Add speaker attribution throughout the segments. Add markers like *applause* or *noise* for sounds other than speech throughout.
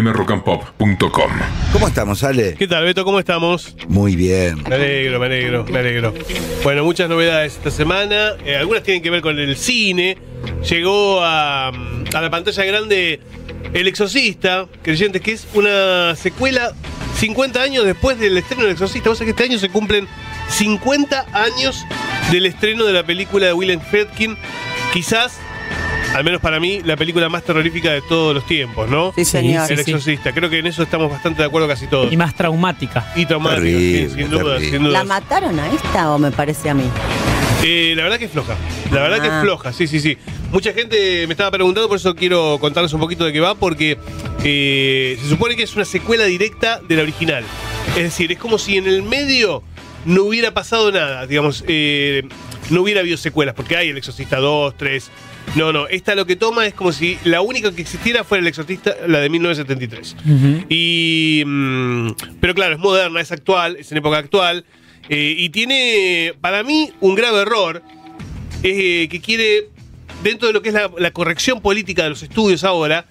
Speaker 1: fmrockandpop.com.
Speaker 2: ¿Cómo estamos, Ale?
Speaker 3: ¿Qué tal, Beto? ¿Cómo estamos?
Speaker 2: Muy bien.
Speaker 3: Me alegro, me alegro, me alegro. Bueno, muchas novedades esta semana. Eh, algunas tienen que ver con el cine. Llegó a, mm, a la pantalla grande El Exorcista, creyentes, que es una secuela 50 años después del estreno del Exorcista. Vos sabés que este año se cumplen 50 años del estreno de la película de Willem Friedkin. Quizás, al menos para mí, la película más terrorífica de todos los tiempos, ¿no?
Speaker 4: Sí, señor.
Speaker 3: el
Speaker 5: sí, sí.
Speaker 3: Exorcista. Creo que en eso estamos bastante de acuerdo casi todos.
Speaker 5: Y más traumática.
Speaker 3: Y traumática, sí,
Speaker 2: Terrible,
Speaker 3: sin duda,
Speaker 2: terrible.
Speaker 3: sin duda.
Speaker 4: ¿La mataron a esta o me parece a mí?
Speaker 3: Eh, la verdad que es floja. La verdad que es
Speaker 4: Ah.
Speaker 3: floja, sí, sí, sí. Mucha gente me estaba preguntando, por eso quiero contarles un poquito de qué va, porque eh, se supone que es una secuela directa de la original. Es decir, es como si en el medio no hubiera pasado nada, digamos, eh, no hubiera habido secuelas, porque hay el Exorcista 2, 3. No, no, esta lo que toma es como si la única que existiera fuera el Exorcista, la de 1973. Y. mm, pero claro, es moderna, es actual, es en época actual. eh, y tiene, para mí, un grave error. Es eh, que quiere, dentro de lo que es la, la corrección política de los estudios ahora,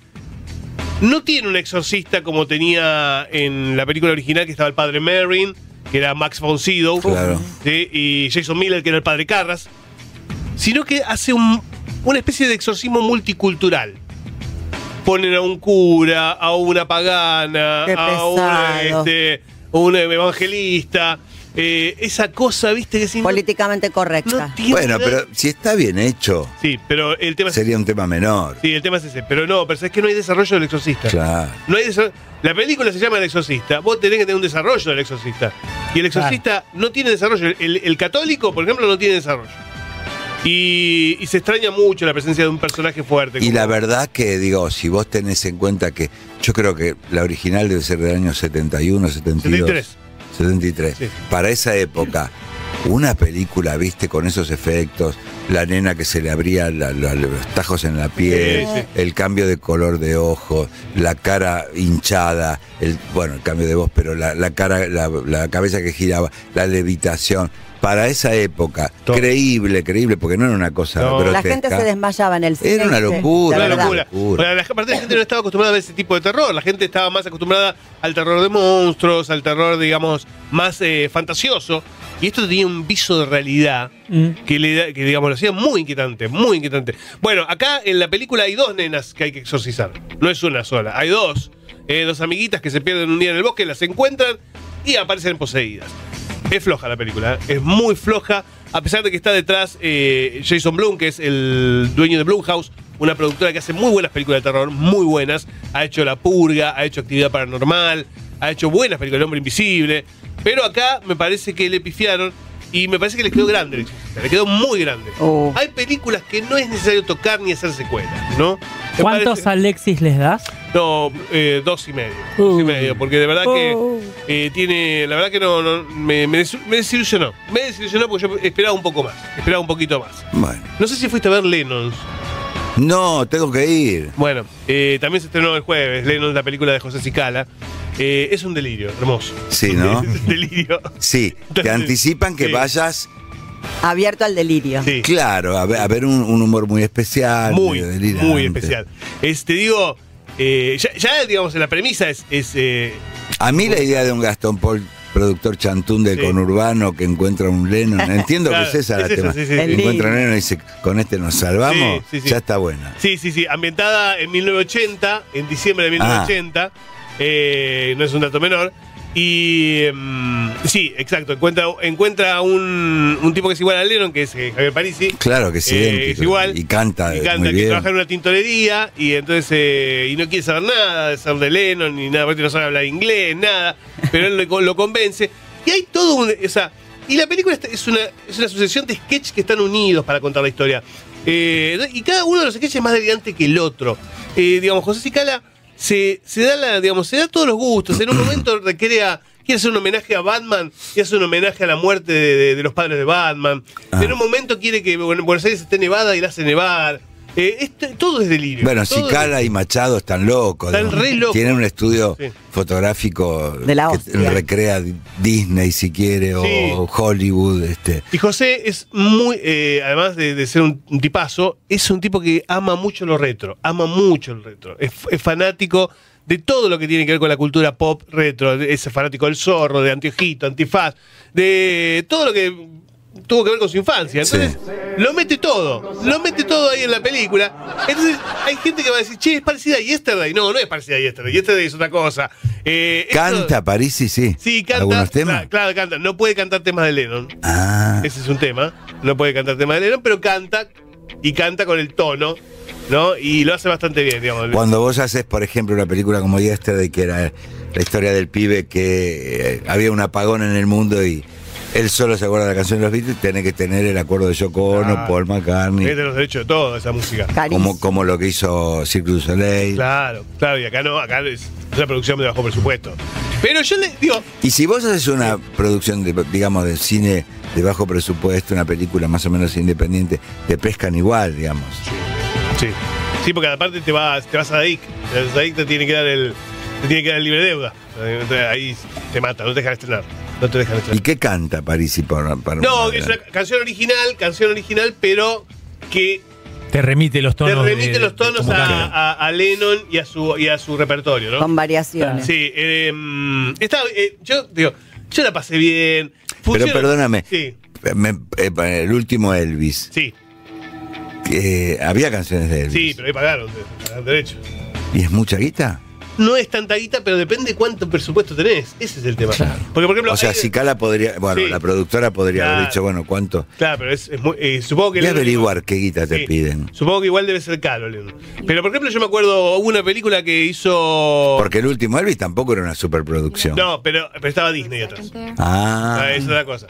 Speaker 3: no tiene un exorcista como tenía en la película original, que estaba el padre Merrin, que era Max von Sydow,
Speaker 2: Claro.
Speaker 3: ¿sí? y Jason Miller, que era el padre Carras, sino que hace un- una especie de exorcismo multicultural. Ponen a un cura, a una pagana,
Speaker 4: Qué
Speaker 3: a una,
Speaker 4: pesado.
Speaker 3: este, un evangelista. eh, esa cosa, viste, que es in-
Speaker 4: Políticamente
Speaker 3: no
Speaker 4: correcta.
Speaker 3: tiene
Speaker 2: Bueno,
Speaker 3: nada-
Speaker 2: pero si está bien hecho,
Speaker 3: Sí, pero el tema es
Speaker 2: sería un tema menor.
Speaker 3: Sí, el tema es ese. Pero no, pero es que no hay desarrollo del exorcista.
Speaker 2: Claro.
Speaker 3: No hay desa- La película se llama El Exorcista. Vos tenés que tener un desarrollo del exorcista. Y el exorcista no tiene desarrollo. El, el católico, por ejemplo, no tiene desarrollo. Y, y se extraña mucho la presencia de un personaje fuerte.
Speaker 2: Y
Speaker 3: como-
Speaker 2: la verdad que, digo, si vos tenés en cuenta que yo creo que la original debe ser del año 71, 72.
Speaker 3: 73.
Speaker 2: 73.
Speaker 3: Sí.
Speaker 2: Para esa época, una película, viste, con esos efectos, la nena que se le abría la- la- los tajos en la piel,
Speaker 3: Sí, sí.
Speaker 2: el cambio de color de ojos, la cara hinchada, el, bueno, el cambio de voz, pero la, la cara, la, la cabeza que giraba, la levitación. Para esa época,
Speaker 3: Todo.
Speaker 2: creíble, creíble, porque no era una cosa
Speaker 3: No.
Speaker 4: La gente
Speaker 2: grotesca.
Speaker 4: se desmayaba en el cine.
Speaker 2: Era una
Speaker 4: ¿viste?
Speaker 2: locura,
Speaker 4: La
Speaker 2: la
Speaker 3: Una
Speaker 4: verdad.
Speaker 3: locura.
Speaker 2: locura.
Speaker 3: Bueno, la, aparte la gente no estaba acostumbrada a ver ese tipo de terror. La gente estaba más acostumbrada al terror de monstruos, al terror, digamos, más eh, fantasioso. Y esto tenía un viso de realidad
Speaker 5: Mm.
Speaker 3: que, le, da- que digamos, lo hacía muy inquietante, muy inquietante. Bueno, acá en la película hay dos nenas que hay que exorcizar. No es una sola, hay dos. Eh, dos amiguitas que se pierden un día en el bosque, las encuentran y aparecen poseídas. Es floja la película, ¿eh? es muy floja, a pesar de que está detrás eh, Jason Blum, que es el dueño de Blumhouse, una productora que hace muy buenas películas de terror, muy buenas. Ha hecho La Purga, ha hecho Actividad Paranormal, ha hecho buenas películas, El Hombre Invisible. Pero acá me parece que le pifiaron y me parece que le quedó grande el Exorcista, le quedó muy grande.
Speaker 4: Oh.
Speaker 3: Hay películas que no es necesario tocar ni hacer secuelas, ¿no? Me
Speaker 5: ¿Cuántos
Speaker 3: parece-
Speaker 5: Alexis les das?
Speaker 3: No, eh, dos y medio. Dos y medio, porque de verdad que eh, tiene. La verdad que no. no, me, me des- me desilusionó. Me desilusionó porque yo esperaba un poco más. Esperaba un poquito más.
Speaker 2: Bueno.
Speaker 3: No sé si fuiste a ver Lennons.
Speaker 2: No, tengo que ir.
Speaker 3: Bueno, eh, también se estrenó el jueves, Lennon, la película de José Sicala. Eh, es un delirio, hermoso.
Speaker 2: Sí, ¿no?
Speaker 3: *laughs* Es un delirio. *laughs*
Speaker 2: Sí, te
Speaker 3: Entonces,
Speaker 2: anticipan que
Speaker 3: sí.
Speaker 2: vayas,
Speaker 4: Abierto al delirio.
Speaker 3: Sí,
Speaker 2: claro, a ver, a ver un, un humor muy especial.
Speaker 3: muy,
Speaker 2: medio delirante.
Speaker 3: muy especial. Este, digo, eh, ya, ya, digamos, la premisa es. es, eh,
Speaker 2: A mí la idea de un Gastón Paul, productor chantún del
Speaker 3: Sí.
Speaker 2: conurbano que encuentra un
Speaker 3: *laughs*
Speaker 2: Lennon, entiendo
Speaker 3: Claro,
Speaker 2: que es esa la
Speaker 3: es eso,
Speaker 2: tema.
Speaker 3: sí, sí, sí.
Speaker 2: Encuentra un Lennon y dice, con este nos salvamos,
Speaker 3: Sí, sí, sí.
Speaker 2: ya está buena.
Speaker 3: sí, sí, sí, ambientada en 1980, en diciembre de
Speaker 2: Ah.
Speaker 3: 1980. eh, no es un dato menor. Y. mm, sí, exacto. Encuentra, encuentra un, un tipo que es igual a Lennon, que es eh, Javier Parisi.
Speaker 2: Claro que sí,
Speaker 3: Eh,
Speaker 2: idéntico.
Speaker 3: es igual.
Speaker 2: Y canta,
Speaker 3: Y canta
Speaker 2: muy
Speaker 3: que
Speaker 2: bien.
Speaker 3: trabaja en una tintorería y entonces eh, y no quiere saber nada de ser de Lennon ni nada, porque no sabe hablar inglés, nada, pero él lo, lo convence. Y hay todo un. O sea, y la película es- es una, es una sucesión de sketches que están unidos para contar la historia. Eh, y cada uno de los sketches es más delirante que el otro. Eh, digamos, José Sicala se, se da la, digamos, se da todos los gustos. En un momento recrea. Quiere hacer un homenaje a Batman y hace un homenaje a la muerte de, de- de los padres de Batman.
Speaker 2: Ah.
Speaker 3: En un momento quiere que Bu- Buenos Aires esté nevada y la hace nevar. Eh, es t- todo es delirio.
Speaker 2: Bueno,
Speaker 3: Todo es-
Speaker 2: Cicala y Machado están locos.
Speaker 3: Están
Speaker 2: digamos.
Speaker 3: re locos.
Speaker 2: Tienen un estudio
Speaker 3: Sí.
Speaker 2: fotográfico
Speaker 4: De la
Speaker 2: que
Speaker 4: hostia.
Speaker 2: recrea Disney, si quiere,
Speaker 3: Sí.
Speaker 2: o Hollywood. Este.
Speaker 3: Y José es muy, eh, además de, de ser un, un tipazo, es un tipo que ama mucho lo retro, ama mucho el retro. Es, es fanático de todo lo que tiene que ver con la cultura pop retro, de ese fanático del zorro, de anteojito, antifaz, de todo lo que tuvo que ver con su infancia. Entonces,
Speaker 2: Sí.
Speaker 3: lo mete todo, lo mete todo ahí en la película. Entonces, hay gente que va a decir, che, es parecida a Yesterday. No, no es parecida a Yesterday, Yesterday es otra cosa. Eh, esto-
Speaker 2: ¿Canta París y sí?
Speaker 3: Sí, canta.
Speaker 2: ¿Algunos temas?
Speaker 3: Cla- Claro, canta. No puede cantar temas de Lennon.
Speaker 2: Ah,
Speaker 3: Ese es un tema. No puede cantar temas de Lennon, pero canta y canta con el tono, ¿no? Y lo hace bastante bien, digamos.
Speaker 2: cuando vos haces, por ejemplo, una película como Yesterday, que era la historia del pibe que eh, había un apagón en el mundo y él solo se acuerda de la canción de los Beatles, tiene que tener el acuerdo de Yoko Ono,
Speaker 3: Claro.
Speaker 2: Paul
Speaker 3: Es de
Speaker 2: McCartney,
Speaker 3: los derechos de todo esa música.
Speaker 4: Carísimo.
Speaker 2: como, como lo que hizo Cirque du Soleil.
Speaker 3: Claro, claro, y acá no, acá es una producción de bajo presupuesto. Pero yo le digo,
Speaker 2: Y si vos haces una producción, de, digamos, de cine de bajo presupuesto, una película más o menos independiente, te pescan igual, digamos.
Speaker 3: sí, sí, porque aparte te vas, te vas a Daic. Daic te tiene que dar el, te tiene que dar el libre deuda. Entonces, Ahí te mata, no te dejan estrenar. No te dejan
Speaker 2: ¿Y
Speaker 3: estrenar.
Speaker 2: qué canta Parisi para, para
Speaker 3: No, es una canción original, canción original, pero que
Speaker 1: Te remite los
Speaker 3: Te
Speaker 1: tonos. de-
Speaker 3: remite los tonos
Speaker 1: como
Speaker 3: a,
Speaker 1: canta.
Speaker 3: a- a Lennon y a su y a su repertorio, ¿no?
Speaker 4: Con variaciones.
Speaker 3: Sí, eh, mm, está, eh, yo digo, yo la pasé bien. Funciona-
Speaker 2: perdóname.
Speaker 3: Sí,
Speaker 2: Me- eh, para el último Elvis.
Speaker 3: sí,
Speaker 2: eh, había canciones de Elvis.
Speaker 3: sí, pero ahí pagaron, eh, pagaron derecho.
Speaker 2: ¿Y es mucha guita?
Speaker 3: No es tanta guita, pero depende cuánto presupuesto tenés. Ese es el tema. Porque, por ejemplo,
Speaker 2: O sea,
Speaker 3: hay-
Speaker 2: si Cala podría. Bueno,
Speaker 3: Sí.
Speaker 2: la productora podría haber
Speaker 3: Claro.
Speaker 2: dicho, bueno, ¿cuánto?
Speaker 3: Claro, pero es, es muy- eh, supongo que
Speaker 2: Voy a
Speaker 3: Lennon-
Speaker 2: averiguar qué guita te
Speaker 3: Sí.
Speaker 2: piden.
Speaker 3: Supongo que igual debe ser caro, Lennon. Pero, por ejemplo, yo me acuerdo hubo una película que hizo.
Speaker 2: Porque el último Elvis tampoco era una superproducción.
Speaker 3: No, pero, pero estaba Disney atrás.
Speaker 2: Ah,
Speaker 3: Ah, esa es la cosa.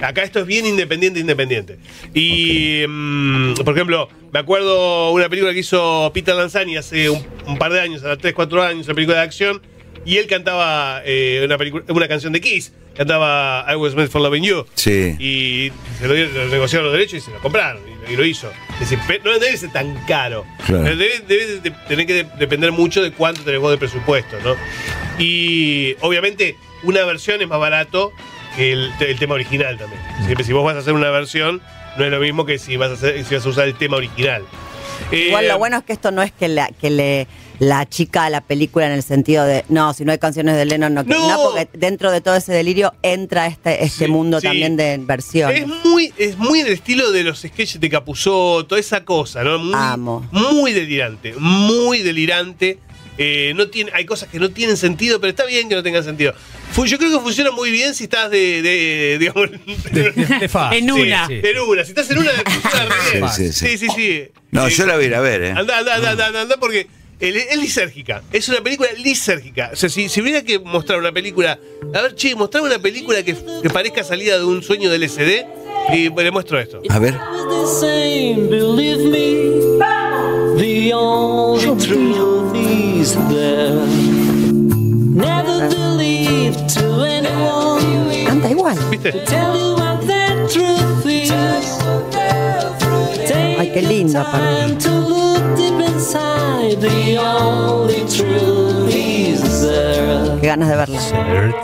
Speaker 3: Acá esto es bien independiente, independiente. Y, mm, por ejemplo, me acuerdo una película que hizo Peter Lanzani hace un, un par de años, hace 3, 4 años, una película de acción, y él cantaba eh, una, película- una canción de Kiss, cantaba I Was Meant for Loving You.
Speaker 2: sí.
Speaker 3: Y se lo, dieron- lo negociaron los derechos y se lo compraron y, y lo hizo. Es decir, pe- no debe ser tan caro.
Speaker 2: Claro.
Speaker 3: Pero Debe, debe de- tener que de- depender mucho de cuánto tenés vos de presupuesto, ¿no? Y obviamente una versión es más barato que el, te- el tema original también.
Speaker 2: Mm.
Speaker 3: Siempre si vos vas a hacer una versión, no es lo mismo que si vas a, hacer, si vas a usar el tema original. Eh,
Speaker 4: Igual lo bueno es que esto no es que, la, que le la chica a la película en el sentido de, no, si no hay canciones de Lennon, no, que-
Speaker 3: No.
Speaker 4: no, porque dentro de todo ese delirio entra este, este
Speaker 3: Sí,
Speaker 4: mundo
Speaker 3: sí.
Speaker 4: también de versiones.
Speaker 3: Es muy, es muy en el estilo de los sketches de Capuzoto, esa cosa, ¿no? Muy,
Speaker 4: Amo.
Speaker 3: Muy delirante, muy delirante. Eh, no tiene, hay cosas que no tienen sentido, pero está bien que no tengan sentido. Fu- yo creo que funciona muy bien si estás de. de- digamos,
Speaker 1: *laughs* De-
Speaker 3: *laughs*
Speaker 1: de fa.
Speaker 5: En
Speaker 1: Sí,
Speaker 5: una.
Speaker 1: sí.
Speaker 3: en una. Si estás en una, funciona re bien.
Speaker 2: Sí, sí, sí.
Speaker 3: sí, sí, sí.
Speaker 2: No,
Speaker 3: Eh,
Speaker 2: yo la voy a ir a ver, ¿eh?
Speaker 3: Anda, anda, anda, anda, anda, porque el- es lisérgica. Es una película lisérgica. O sea, si, si hubiera que mostrar una película. A ver, che, mostrar una película que, que parezca salida de un sueño del SD. Y pues, le muestro esto.
Speaker 2: A ver.
Speaker 6: the same, believe me. The only truth is there. Never believe to anyone.
Speaker 4: Canta igual.
Speaker 3: ¿Viste?
Speaker 6: Tell you what that truth is. Take
Speaker 4: Ay, qué lindo,
Speaker 6: your time to look deep inside. The only truth is there.
Speaker 4: Qué ganas de verla.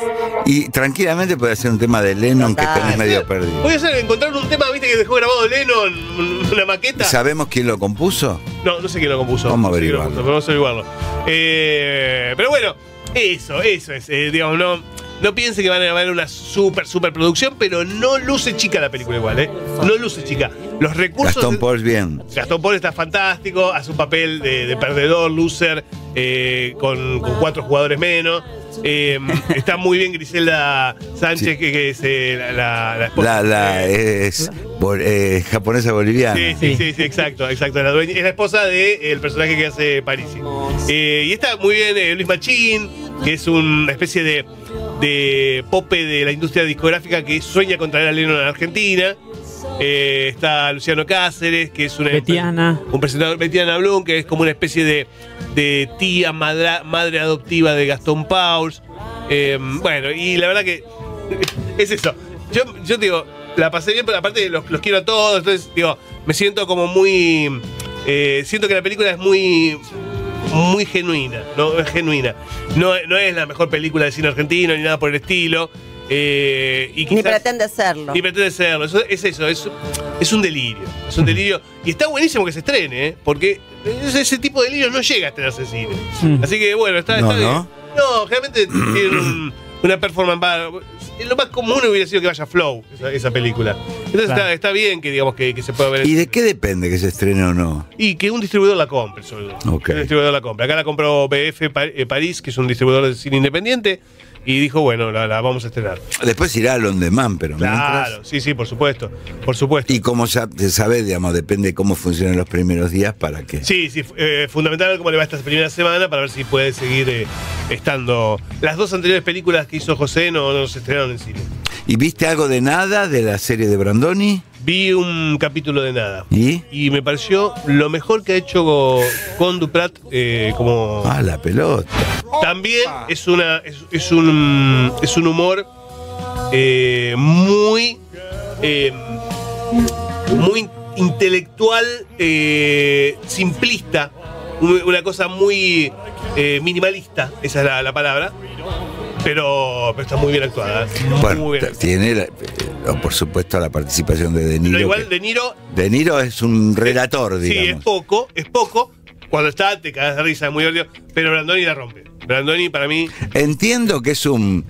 Speaker 2: Y tranquilamente puede ser un tema de Lennon que
Speaker 4: Total.
Speaker 2: tenés medio perdido.
Speaker 3: Voy a hacer, encontrar un tema, viste, que dejó grabado Lennon, un- una maqueta.
Speaker 2: ¿Sabemos quién lo compuso?
Speaker 3: No, no sé quién lo compuso.
Speaker 2: Vamos a
Speaker 3: No sé quién lo
Speaker 2: averiguarlo.
Speaker 3: compuso, pero vamos a averiguarlo. Eh, pero bueno, eso, eso es. eh, digamos, no, no piensen que van a ver una super, super producción, pero no luce chica la película igual, ¿eh? No luce chica. Los recursos.
Speaker 2: Gastón Pauls, bien.
Speaker 3: Gastón Paul está fantástico, hace un papel de, de perdedor, loser, eh, con, con cuatro jugadores menos.
Speaker 2: *laughs*
Speaker 3: Eh, está muy bien Griselda Sánchez,
Speaker 2: Sí.
Speaker 3: que, que es eh, la, la- la
Speaker 2: La,
Speaker 3: esposa.
Speaker 2: la es bol- eh, japonesa boliviana.
Speaker 3: Sí, sí, sí, sí, exacto, exacto. La dueña, es la esposa del personaje que hace Parisi. Eh, y está muy bien eh, Luis Machín, que es una especie de, de pope de la industria discográfica que sueña con traer a Lennon a la Argentina. Eh, está Luciano Cáceres, que es una
Speaker 5: Betiana.
Speaker 3: un presentador, Betiana Blum, que es como una especie de, de tía madra- madre adoptiva de Gastón Pauls. Eh, bueno, y la verdad que es eso. Yo, yo digo, la pasé bien, pero aparte los, los quiero a todos, entonces digo, me siento como muy... eh, siento que la película es muy... Muy genuina, no es genuina. No, no es la mejor película de cine argentino ni nada por el estilo. eh, y
Speaker 4: Ni
Speaker 3: quizás-
Speaker 4: pretende serlo.
Speaker 3: ni pretende serlo. Eso- es eso, es, es un delirio. Es un delirio. Y está buenísimo que se estrene, ¿eh? porque Ese, ese tipo de libros no llega a tenerse en cine. Así que bueno, está,
Speaker 2: No,
Speaker 3: está bien.
Speaker 2: ¿no?
Speaker 3: No, realmente tiene un- una performance. va- lo más común hubiera sido que vaya Flow, esa, esa película. Entonces
Speaker 1: Claro.
Speaker 3: está, está bien que digamos que, que se pueda ver. en
Speaker 2: ¿Y de qué depende que se estrene o no?
Speaker 3: y que un distribuidor la compre, sobre todo.
Speaker 2: Ok.
Speaker 3: Que Un distribuidor la compre. Acá la compró BF Pa- eh, París, que es un distribuidor de cine independiente, y dijo, bueno, la, la vamos a estrenar.
Speaker 2: Después irá al on demand, pero mientras.
Speaker 3: Claro, sí, sí, por supuesto. Por supuesto.
Speaker 2: Y como ya se sabe, digamos, depende cómo funcionan los primeros días para que.
Speaker 3: Sí, sí, eh, fundamental cómo le va esta primera semana para ver si puede seguir eh, estando. Las dos anteriores películas que hizo José no, no se estrenaron en cine.
Speaker 2: ¿Y viste algo de nada de la serie de Brandoni?
Speaker 3: Vi un capítulo de nada.
Speaker 2: ¿Y?
Speaker 3: Y me pareció lo mejor que ha hecho con Duprat eh, como.
Speaker 2: Ah, la pelota.
Speaker 3: También es una es, es un es un humor eh, muy eh, muy intelectual eh, simplista un- una cosa muy eh, minimalista esa es la, la palabra pero, pero está muy bien actuada ¿eh? Muy,
Speaker 2: Bueno,
Speaker 3: muy bien
Speaker 2: t- tiene, la- eh, o por supuesto, la participación de De
Speaker 3: pero
Speaker 2: Niro.
Speaker 3: igual
Speaker 2: que-
Speaker 3: De Niro
Speaker 2: De Niro es un relator,
Speaker 3: sí es
Speaker 2: digamos.
Speaker 3: poco es poco cuando está te cagas de risa es muy divertido pero Brandoni la rompe Brandoni para mí
Speaker 2: Entiendo que es un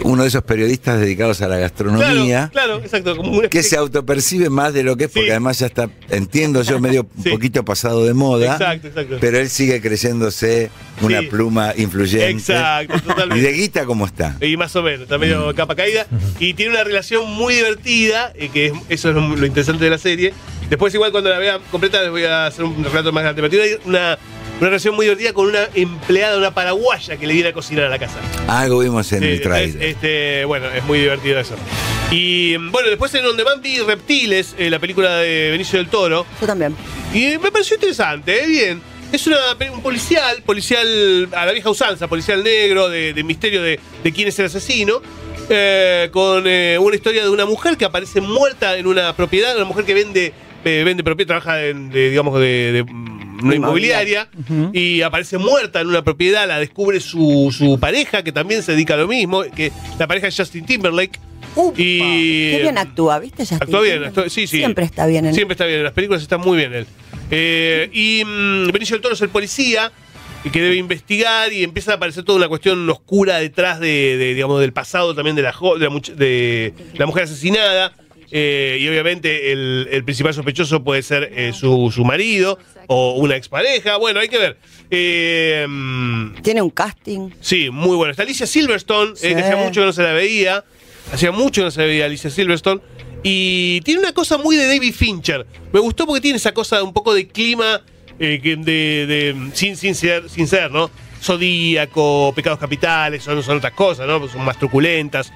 Speaker 2: uno de esos periodistas dedicados a la
Speaker 3: claro
Speaker 2: gastronomía.
Speaker 3: claro exacto como una
Speaker 2: Que se autopercibe más de lo que es, porque
Speaker 3: Sí.
Speaker 2: además ya está, entiendo yo,
Speaker 3: *laughs*
Speaker 2: medio un
Speaker 3: Sí.
Speaker 2: poquito pasado de moda.
Speaker 3: Exacto, exacto.
Speaker 2: Pero él sigue creyéndose una
Speaker 3: Sí.
Speaker 2: pluma influyente.
Speaker 3: Exacto,
Speaker 2: ¿Y de Mm.
Speaker 3: totalmente.
Speaker 2: guita cómo está?
Speaker 3: Y más o menos, está medio capa caída. Y tiene una relación muy divertida, eh, que es- eso es lo, lo interesante de la serie. Después, igual cuando la vea completa, les voy a hacer un relato más grande. Pero tiene una, una relación muy divertida con una empleada, una paraguaya, que le viene a cocinar a la casa.
Speaker 2: Algo vimos en
Speaker 3: Eh,
Speaker 2: el
Speaker 3: entonces,
Speaker 2: trailer.
Speaker 3: este, bueno, es muy divertido eso. Y mm, bueno, después en On Demand vi Reptiles, eh, la película de Benicio del Toro.
Speaker 4: Yo también.
Speaker 3: Y me pareció interesante, ¿eh? bien. Es una, pe- un policial, policial a la vieja usanza, policial negro, de, de misterio de, de quién es el asesino, eh, con eh, una historia de una mujer que aparece muerta en una propiedad, una mujer que vende, eh, vende propiedad, trabaja en, de, digamos, de, de, mm, una inmobiliaria, y aparece muerta en una propiedad, la descubre su, su pareja, que también se dedica a lo mismo, que la pareja es Justin Timberlake. y, eh,
Speaker 4: Qué bien actúa, ¿viste? Justin
Speaker 3: Actúa bien,
Speaker 4: Timberlake?
Speaker 3: actúa- sí, sí.
Speaker 4: Siempre está bien en
Speaker 3: Siempre está bien, en las películas está muy bien él. Eh, y mm, Benicio del Toro es el policía que debe investigar y empieza a aparecer toda una cuestión oscura detrás de, de, digamos, del pasado también de la, jo- de la, much- de la mujer asesinada. Eh, y obviamente el, el principal sospechoso puede ser eh, su, su marido o una expareja. Bueno, hay que ver. Eh, mm,
Speaker 4: Tiene un casting.
Speaker 3: Sí, muy bueno. Está Alicia Silverstone, eh,
Speaker 4: Sí.
Speaker 3: que hacía mucho que no se la veía. Hacía mucho que no se la veía Alicia Silverstone. Y tiene una cosa muy de David Fincher. Me gustó porque tiene esa cosa de un poco de clima eh, que de, de- sin, sin, ser, sin ser, ¿no? Zodíaco, pecados capitales, son, son otras cosas, ¿no? Son más truculentas.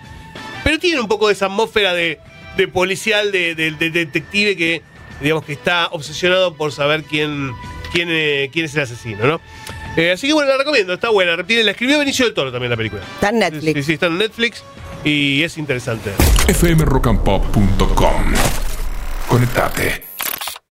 Speaker 3: Pero tiene un poco de esa atmósfera de, de policial, de, de- de detective que, digamos, que está obsesionado por saber quién, quién, eh, quién es el asesino, ¿no? Eh, así que bueno, la recomiendo, está buena. Reptiles, la escribió Benicio del Toro también la película.
Speaker 4: Está en Netflix.
Speaker 3: Sí, sí, está en Netflix y es interesante.
Speaker 5: fmrockandpop.com. Conectate.